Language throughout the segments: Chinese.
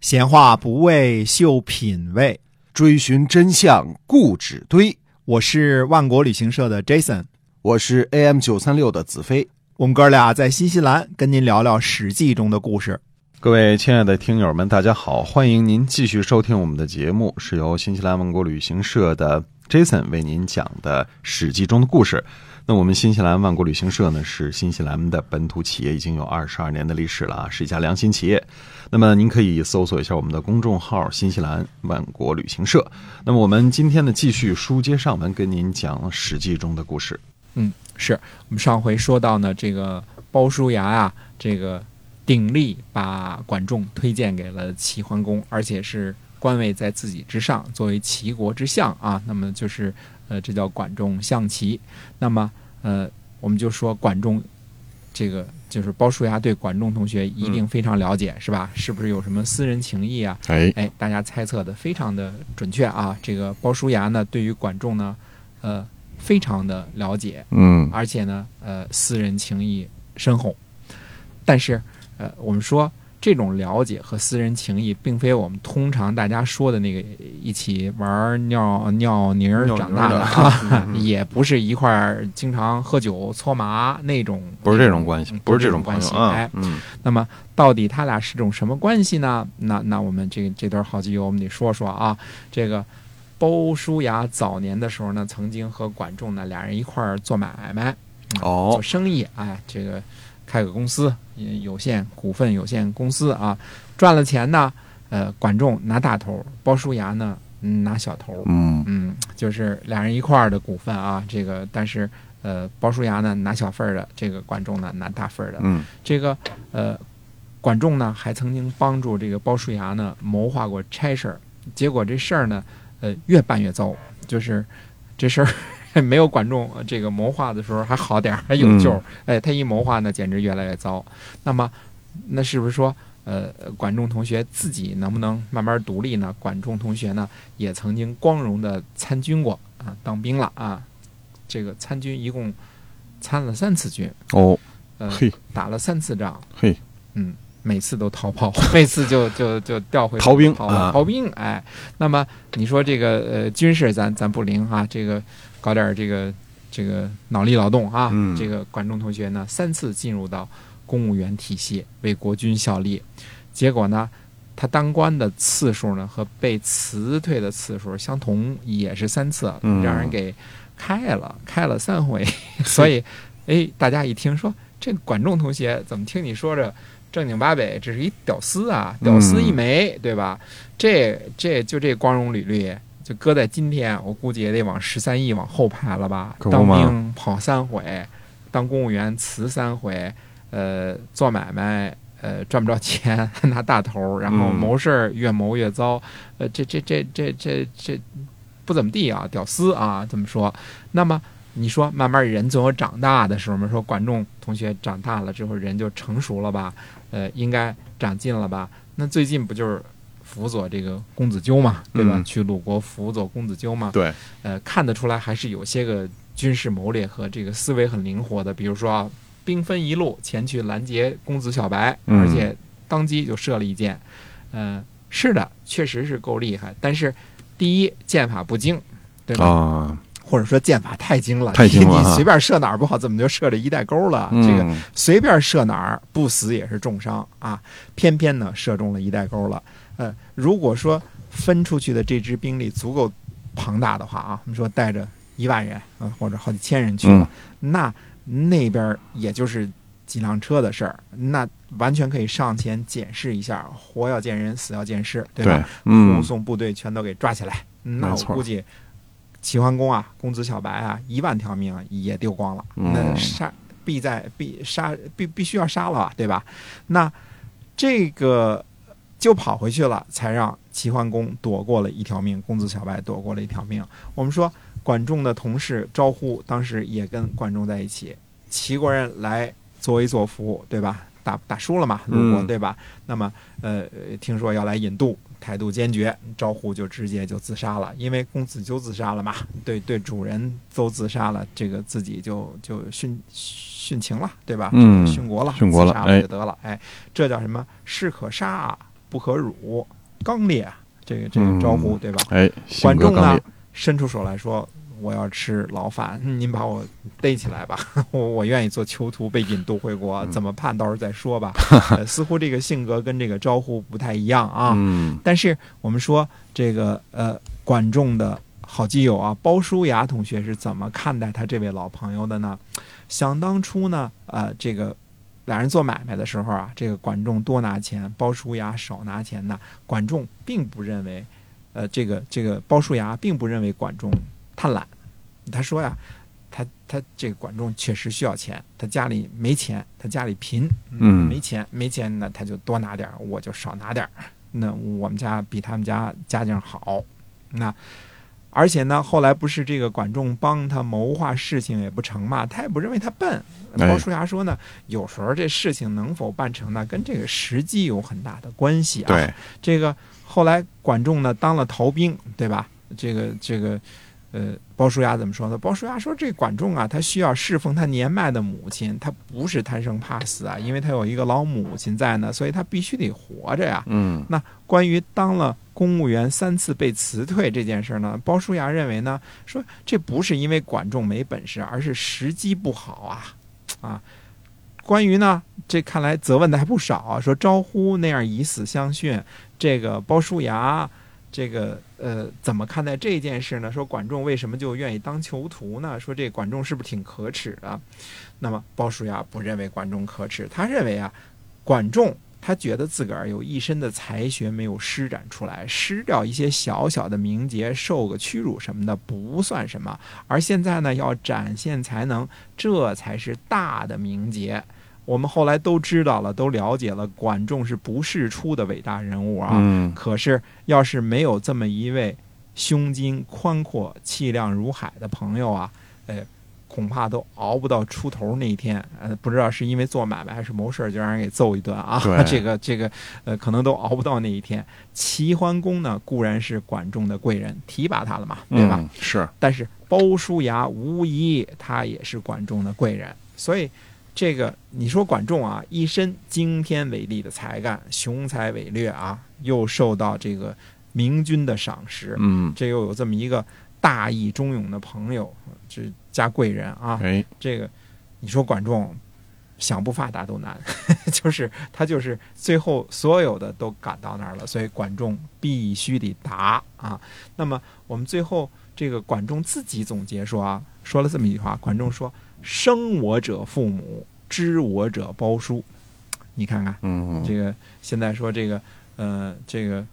闲话不为秀品味，追寻真相故纸堆。我是万国旅行社的 Jason，我是 AM 九三六的子飞。我们哥俩在新西兰跟您聊聊《史记》中的故事。各位亲爱的听友们，大家好，欢迎您继续收听我们的节目，是由新西兰万国旅行社的 Jason 为您讲的《史记》中的故事。那我们新西兰万国旅行社呢，是新西兰的本土企业，已经有二十二年的历史了啊，是一家良心企业。那么您可以搜索一下我们的公众号“新西兰万国旅行社”。那么我们今天呢，继续书接上文，跟您讲《史记》中的故事。嗯，是我们上回说到呢，这个包叔牙啊，这个鼎力把管仲推荐给了齐桓公，而且是官位在自己之上，作为齐国之相啊。那么就是呃，这叫管仲相齐。那么呃，我们就说管仲这个就是包叔牙对管仲同学一定非常了解，是吧？是不是有什么私人情谊啊？哎，哎，大家猜测的非常的准确啊。这个包叔牙呢，对于管仲呢，呃，非常的了解，嗯，而且呢，呃，私人情谊深厚。但是，呃，我们说这种了解和私人情谊，并非我们通常大家说的那个一起玩尿尿泥儿尿泥儿长大的的 嗯啊，也不是一块儿经常喝酒搓麻那种，不是这种关系嗯，不是这这种关朋友系。啊哎，，嗯，那么到底他俩是种什么关系呢？那那我们这这对好基友，我们得说说啊。这个包叔牙早年的时候呢，曾经和管仲呢俩人一块儿做买卖，哦做，生意，哎，这个开个公司，也有限股份有限公司啊，赚了钱呢，呃，管仲拿大头，包叔牙呢、嗯拿小头，嗯，嗯，就是俩人一块儿的股份啊，这个但是呃，包叔牙呢拿小份儿的，这个管仲呢拿大份儿的，嗯，这个呃，管仲呢还曾经帮助这个包叔牙呢谋划过差事儿，结果这事儿呢，呃，越办越糟，就是这事儿没有管仲呃这个谋划的时候还好点儿， 还有救儿，哎，他一谋划呢，简直越来越糟。那么，那是不是说？呃，管仲同学自己能不能慢慢独立呢？管仲同学呢，也曾经光荣的参军过啊，当兵了啊。这个参军一共参了三次军，哦，呃，嘿，打了三次仗，嘿，嗯，每次都逃跑，每次就就就调回逃兵逃啊逃兵，哎，那么你说这个呃军事咱咱不灵啊，这个搞点儿这个这个脑力劳动啊，嗯这个管仲同学呢三次进入到公务员体系为国军效力，结果呢。他当官的次数呢和被辞退的次数相同，也是三次，啊嗯让人给开了，开了三 回，所以，哎，大家一听说这管仲同学怎么听你说着正经八百，这是一屌丝啊，屌丝嗯一枚，对吧？这这就这光荣履历，就搁在今天，我估计也得往十三亿往后排了吧？可不当嘛兵跑三回，当公务员辞三回，呃，做买卖。呃，赚不着钱， 还拿大头儿，然后嗯谋事儿越谋越糟，呃，这这这这这这不怎么地啊，屌丝啊，这么说。那么你说，慢慢人总有长大的时候嘛。说管仲同学长大了之后，人就成熟了吧？呃，应该长进了吧？那最近不就是辅佐这个公子纠嘛，对吧？嗯去鲁国辅佐公子纠嘛。对，呃，看得出来还是有些个军事谋略和这个思维很灵活的。比如说啊，兵分一路前去拦截公子小白，嗯而且当机就射了一箭。呃，是的，确实是够厉害，但是第一箭法不精，对吧？啊，或者说箭法太精了，太精了你啊你随便射哪儿不好，怎么就射着一带钩了？啊这个嗯，随便射哪儿不死也是重伤啊，偏偏呢射中了一带钩了。呃，如果说分出去的这支兵力足够庞大的话啊，我们说带着一万人啊、呃或者好几千人去嗯了，那那边儿也就是几辆车的事儿，那完全可以上前检视一下，活要见人，死要见尸，对吧？对，嗯护，送部队全都给抓起来。嗯那没我错估计齐桓公啊、公子小白啊，一万条命也丢光了。嗯那杀必在必杀必必须要杀了，啊对吧？那这个就跑回去了，才让齐桓公躲过了一条命，公子小白躲过了一条命。我们说管仲的同事招呼，当时也跟管仲在一起，齐国人来作威作福，对吧？打打输了嘛，鲁国嗯对吧？那么呃，呃听说要来引渡，态度坚决，招呼就直接就自杀了，因为公子纠自杀了嘛， 对对，主人都自杀了，这个自己就就殉殉情了，对吧？嗯殉国了，殉国了自杀哎就得了，哎，这叫什么？士可杀啊，不可辱，刚烈啊，这个这个招呼，对吧？哎，性管格仲刚呢烈，伸出手来说：“我要吃牢饭， 您把我逮起来吧， 我我愿意做囚徒，被引渡回国，嗯怎么判到时候再说 吧。呃似乎这个性格跟这个招呼不太一样啊。嗯但是我们说这个呃，管仲的好基友啊，包叔牙同学是怎么看待他这位老朋友的呢？想当初呢，呃，这个俩人做买卖的时候啊，这个管仲多拿钱，包叔牙少拿钱呐。管仲并不认为，呃，这个这个包叔牙并不认为管仲贪婪，他说呀。他他这个管仲确实需要钱，他家里没钱，他家里贫，嗯没钱没钱呢，他就多拿点儿，我就少拿点儿。那我们家比他们家家境好，那而且呢，后来不是这个管仲帮他谋划事情也不成嘛，他也不认为他笨。哎包叔牙说呢，有时候这事情能否办成呢，跟这个时机有很大的关系啊。对，这个后来管仲呢当了逃兵，对吧？这个这个，呃，鲍叔牙怎么说呢？鲍叔牙说这管仲啊，他需要侍奉他年迈的母亲，他不是贪生怕死啊，因为他有一个老母亲在呢，所以他必须得活着呀。嗯那关于当了公务员三次被辞退这件事儿呢，鲍叔牙认为呢，说这不是因为管仲没本事，而是时机不好啊，啊。关于呢，这看来责问的还不少啊，说招呼那样以死相训，这个鲍叔牙，这个呃，怎么看待这件事呢？说管仲为什么就愿意当囚徒呢？说这管仲是不是挺可耻的？那么鲍叔牙不认为管仲可耻，他认为啊，管仲他觉得自个儿有一身的才学没有施展出来，失掉一些小小的名节，受个屈辱什么的不算什么，而现在呢，要展现才能，这才是大的名节。我们后来都知道了，都了解了，管仲是不世出的伟大人物啊。嗯可是，要是没有这么一位胸襟宽阔、气量如海的朋友啊，呃，恐怕都熬不到出头那一天。呃，不知道是因为做买卖还是谋事儿，就让人给揍一顿啊对。 这个这个，呃，可能都熬不到那一天。齐桓公呢，固然是管仲的贵人，提拔他了嘛，对吧？嗯是但是包叔牙无疑他也是管仲的贵人，所以这个你说管仲啊，一身惊天伟力的才干，雄才伟略啊，又受到这个明君的赏识，嗯这又有这么一个大义中勇的朋友，这加贵人啊，哎这个你说管仲。想不发达都难， 就是他就是最后所有的都赶到那儿了，所以管仲必须得答啊。那么我们最后这个管仲自己总结说啊，说了这么一句话，管仲说：“生我者父母，知我者胞叔。”你看看嗯这个现在说这个呃这个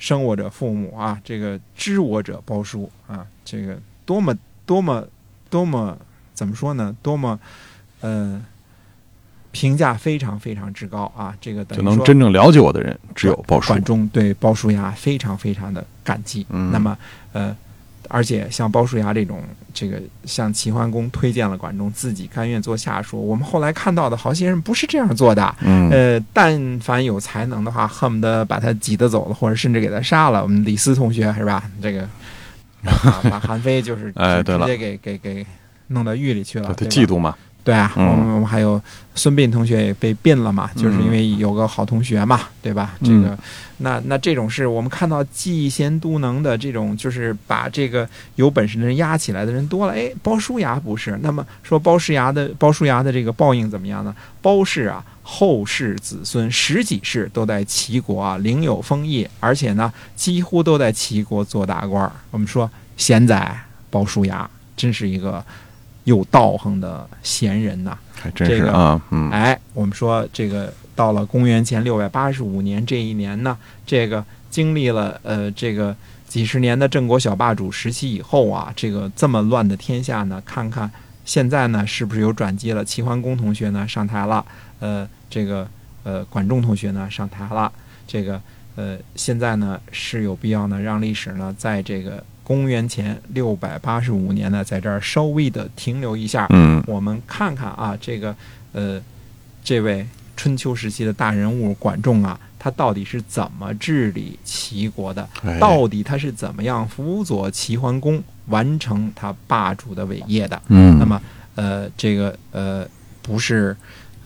生我者父母啊，这个知我者胞叔啊，这个多么多么多么怎么说呢？多么呃评价非常非常之高啊！这个等就于能说真正了解我的人只有鲍叔管，仲对鲍叔牙非常非常的感激。嗯那么呃，而且像鲍叔牙这种，这个像齐桓公推荐了管仲，自己甘愿做下属。我们后来看到的好些人不是这样做的。嗯呃，但凡有才能的话，恨不得把他挤得走了，或者甚至给他杀了。我们李斯同学是吧？这个把把韩非就是 哎直对直了接给给给弄到狱里去了，他对吧嫉妒嘛，对啊，嗯我们我们还有孙膑同学也被并了嘛，就是因为有个好同学嘛，对吧？这嗯个，那那这种事，我们看到嫉贤妒能的这种，就是把这个有本事的人压起来的人多了。哎，包叔牙不是？那么说包叔牙的包叔牙的这个报应怎么样呢？包氏啊，后世子孙十几世都在齐国啊领有封邑，而且呢，几乎都在齐国做大官儿。我们说贤宰包叔牙，真是一个有道行的贤人呐、还真是这个啊，嗯哎，我们说这个到了公元前六百八十五年这一年呢，这个经历了呃这个几十年的郑国小霸主时期以后啊，这个这么乱的天下呢，看看现在呢是不是有转机了？齐桓公同学呢上台了，呃，这个呃管仲同学呢上台了，这个呃现在呢是有必要呢让历史呢在这个公元前六百八十五年呢在这儿稍微的停留一下，嗯我们看看啊，这个呃，这位春秋时期的大人物管仲啊，他到底是怎么治理齐国的？哎到底他是怎么样辅佐齐桓公完成他霸主的伟业的？嗯那么呃，这个呃，不是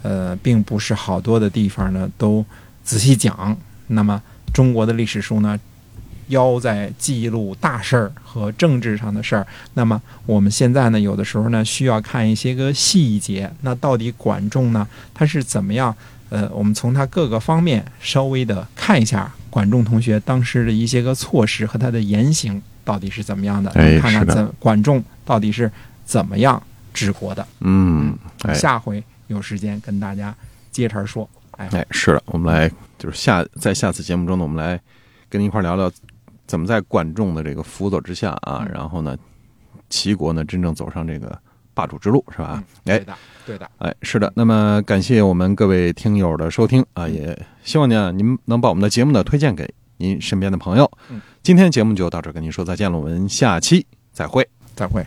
呃，并不是好多的地方呢都仔细讲。那么中国的历史书呢，要在记录大事儿和政治上的事儿。那么我们现在呢，有的时候呢，需要看一些个细节。那到底管仲呢，他是怎么样？呃，我们从他各个方面稍微呃的看一下管仲同学当时的一些个措施和他的言行到底是怎么样的，哎看是看的怎管仲到底是怎么样治国的。嗯，哎，下回有时间跟大家接茬儿说。哎，哎，是的，我们来就是下在下次节目中呢，我们来跟您一块儿聊聊怎么在管仲的这个辅佐之下啊，嗯然后呢，齐国呢真正走上这个霸主之路，是吧嗯？哎对，的，对的，哎，是的，那么感谢我们各位听友的收听嗯啊，也希望呢您能把我们的节目呢推荐给您身边的朋友嗯。今天节目就到这儿，跟您说再见了，我们下期再会。再会。